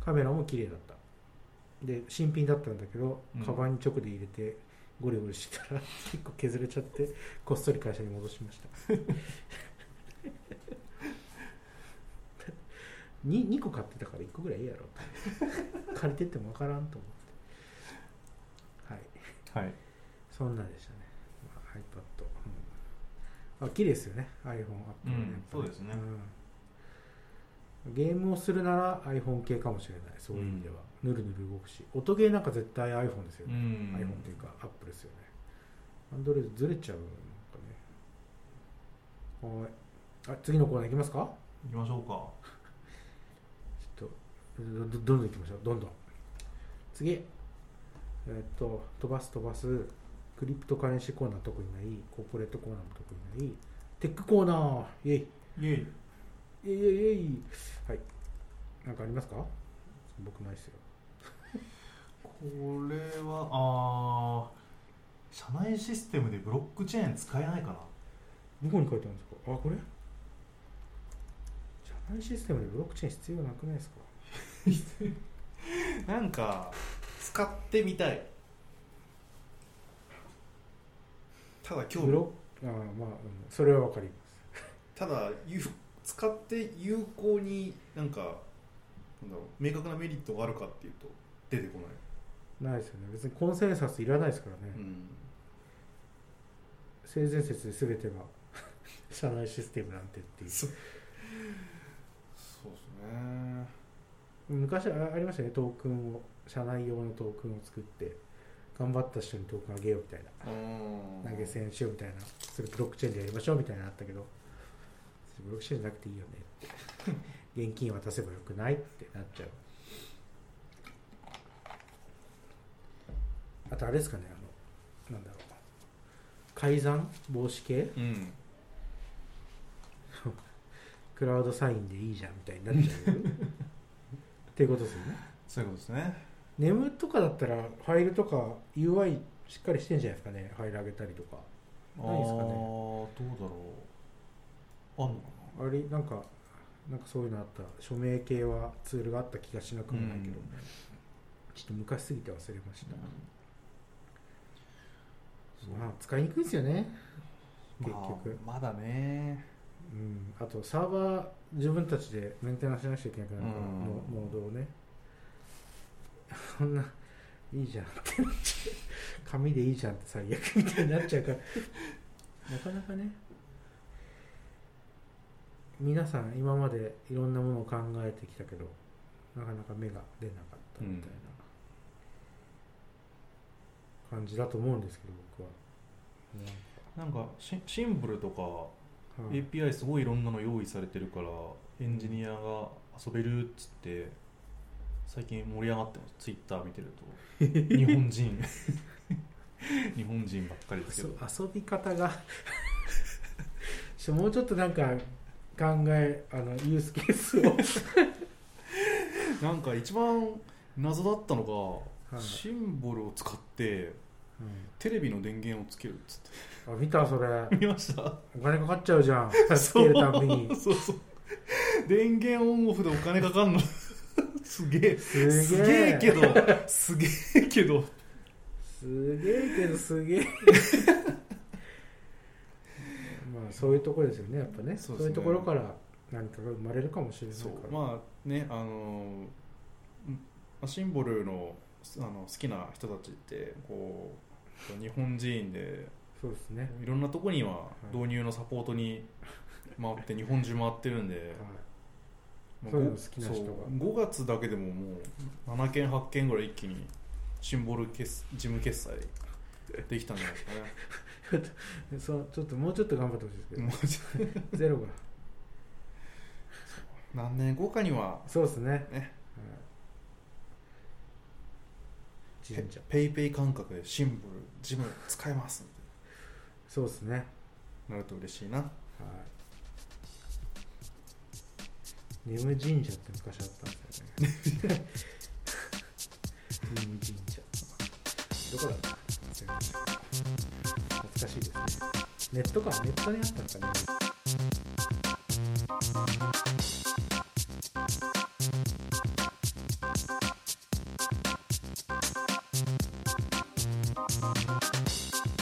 [SPEAKER 2] カメラも綺麗だったで新品だったんだけど
[SPEAKER 1] うん
[SPEAKER 2] カバンに直で入れてゴリゴリしてたら 結構削れちゃってこっそり会社に戻しました 2, 2個買ってたから1個ぐらいいいやろと借りてってもわからんと思ってはい
[SPEAKER 1] はい
[SPEAKER 2] そんなでしたね、まあ、iPad、うんあ綺麗ですよね iPhone アップ
[SPEAKER 1] う
[SPEAKER 2] ルね
[SPEAKER 1] んそうですね
[SPEAKER 2] うんゲームをするなら iPhone 系かもしれないそういう意味では、ぬるぬる動くし音ゲーなんか絶対 iPhone ですよ
[SPEAKER 1] う
[SPEAKER 2] ね、
[SPEAKER 1] ん
[SPEAKER 2] iPhone っていうか Apple ですよね Android ずれちゃうなんかねはいあ次のコーナーいきますか
[SPEAKER 1] 行きましょうか
[SPEAKER 2] ちょっとどどどんどんいきましょうどんどん次えーっと飛ばす飛ばすクリプトカレンシーコーナー特にないコーポレートコーナーも特にないテックコーナーイェイ
[SPEAKER 1] イエイ
[SPEAKER 2] イェイイェイイェイはいなんかありますか僕ないですよ
[SPEAKER 1] これはあー社内システムでブロックチェーン使えないかな
[SPEAKER 2] どこに書いてあるんですかあこれ社内システムでブロックチェーン必要なくないですか
[SPEAKER 1] なんか使ってみたいただ興
[SPEAKER 2] ブ
[SPEAKER 1] 味
[SPEAKER 2] ロックあーまあ、うんそれはわかります
[SPEAKER 1] ただ有使って有効になんかなんだろう明確なメリットがあるかっていうと出てこない、
[SPEAKER 2] ないですよね別にコンセンサスいらないですからね、
[SPEAKER 1] うん、
[SPEAKER 2] 性善説で全てが 社内システムなんてっていう
[SPEAKER 1] そうそうですね
[SPEAKER 2] 昔あありましたねトークンを社内用のトークンを作って頑張った人にトークンあげようみたいな
[SPEAKER 1] うん
[SPEAKER 2] 投げ銭しようみたいなそれブロックチェーンでやりましょうみたいなのあったけどブロックチェーンじゃなくていいよね 現金渡せばよくないってなっちゃうあとあれですかねあのなんだろう改ざん防止系
[SPEAKER 1] うん
[SPEAKER 2] クラウドサインでいいじゃんみたいになっちゃうっていうことですよね
[SPEAKER 1] そういうことですね
[SPEAKER 2] ネムとかだったらファイルとか UI しっかりしてんじゃないですかねファイル上げたりとかないですかね
[SPEAKER 1] あーどうだろうあんのかな
[SPEAKER 2] あれなんかなんかそういうのあった署名系はツールがあった気がしなくもないけど、ちょっと昔すぎて忘れました、
[SPEAKER 1] そう
[SPEAKER 2] まあ使いにくいですよね結
[SPEAKER 1] まあ
[SPEAKER 2] 局、
[SPEAKER 1] まだね
[SPEAKER 2] うん、あとサーバー自分たちでメンテナンスしなくちゃいけなくなるから、
[SPEAKER 1] うん
[SPEAKER 2] ノノードをね そんないいじゃんってなっちゃう紙でいいじゃんって最悪みたいになっちゃうからなかなかね皆さん今までいろんなものを考えてきたけどなかなか芽が出なかったみたいな感じだと思うんですけど僕は。
[SPEAKER 1] なんかシンシンプルとか
[SPEAKER 2] はい
[SPEAKER 1] API すごいいろんなの用意されてるからエンジニアが遊べるっつって最近盛り上がってますツイッター見てる と日本人 日本人ばっかりですけど
[SPEAKER 2] 遊遊び方が ちょもうちょっとなんか考えあのユースケースを
[SPEAKER 1] なんか一番謎だったのが、
[SPEAKER 2] はい
[SPEAKER 1] シンボルを使ってテレビの電源をつけるっつっ
[SPEAKER 2] あ見たそれ
[SPEAKER 1] て見ました
[SPEAKER 2] お金かかっちゃうじゃんつけるたびに
[SPEAKER 1] そうそう電源オンオフでお金かかんの すげえ
[SPEAKER 2] す
[SPEAKER 1] す
[SPEAKER 2] げ
[SPEAKER 1] げ
[SPEAKER 2] え
[SPEAKER 1] えけどすげえけど
[SPEAKER 2] すげえけどすげえ まあそういうところですよねやっぱねそ
[SPEAKER 1] そううですね
[SPEAKER 2] いうところから何かが生まれるかもしれない
[SPEAKER 1] そ
[SPEAKER 2] か
[SPEAKER 1] う
[SPEAKER 2] ら
[SPEAKER 1] まあねあのーんまあシンボルのあの好きな人たちってこう日本人で
[SPEAKER 2] そうですね、
[SPEAKER 1] いろんなとこにはい導入のサポートに回って日本中回ってるんで
[SPEAKER 2] はい、
[SPEAKER 1] まあ
[SPEAKER 2] そういうの
[SPEAKER 1] ご
[SPEAKER 2] 好きな人が
[SPEAKER 1] そう5月だけでももう7件8件ぐらい一気にシンボル決事務決済できたんじゃないですか ね
[SPEAKER 2] でそうちょっともうちょっと頑張ってほしいです けど、
[SPEAKER 1] もうちょ
[SPEAKER 2] ゼロが
[SPEAKER 1] 何年後かには
[SPEAKER 2] そうですね
[SPEAKER 1] ね
[SPEAKER 2] はい、神社
[SPEAKER 1] ペイペイ感覚でシンボル事務使えますみたい
[SPEAKER 2] そうですね、はい、
[SPEAKER 1] ななると嬉しいな
[SPEAKER 2] 眠神社って昔あったんですよ ね眠神社どこだったかな懐かしいですねネットかネットにあったんかね